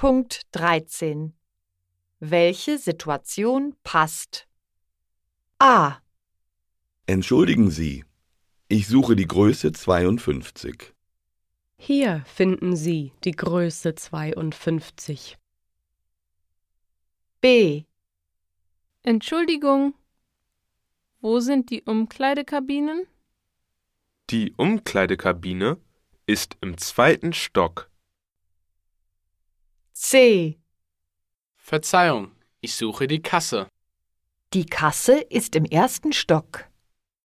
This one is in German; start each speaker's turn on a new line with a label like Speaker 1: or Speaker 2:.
Speaker 1: 7.13 Welche Situation passt? A.
Speaker 2: Entschuldigen Sie, ich suche die Größe 52.
Speaker 3: Hier finden Sie die Größe 52.
Speaker 1: B.
Speaker 4: Entschuldigung, wo sind die Umkleidekabinen?
Speaker 5: Die Umkleidekabine ist im zweiten Stock.
Speaker 1: C.
Speaker 6: Verzeihung, ich suche die Kasse.
Speaker 1: Die Kasse ist im ersten Stock.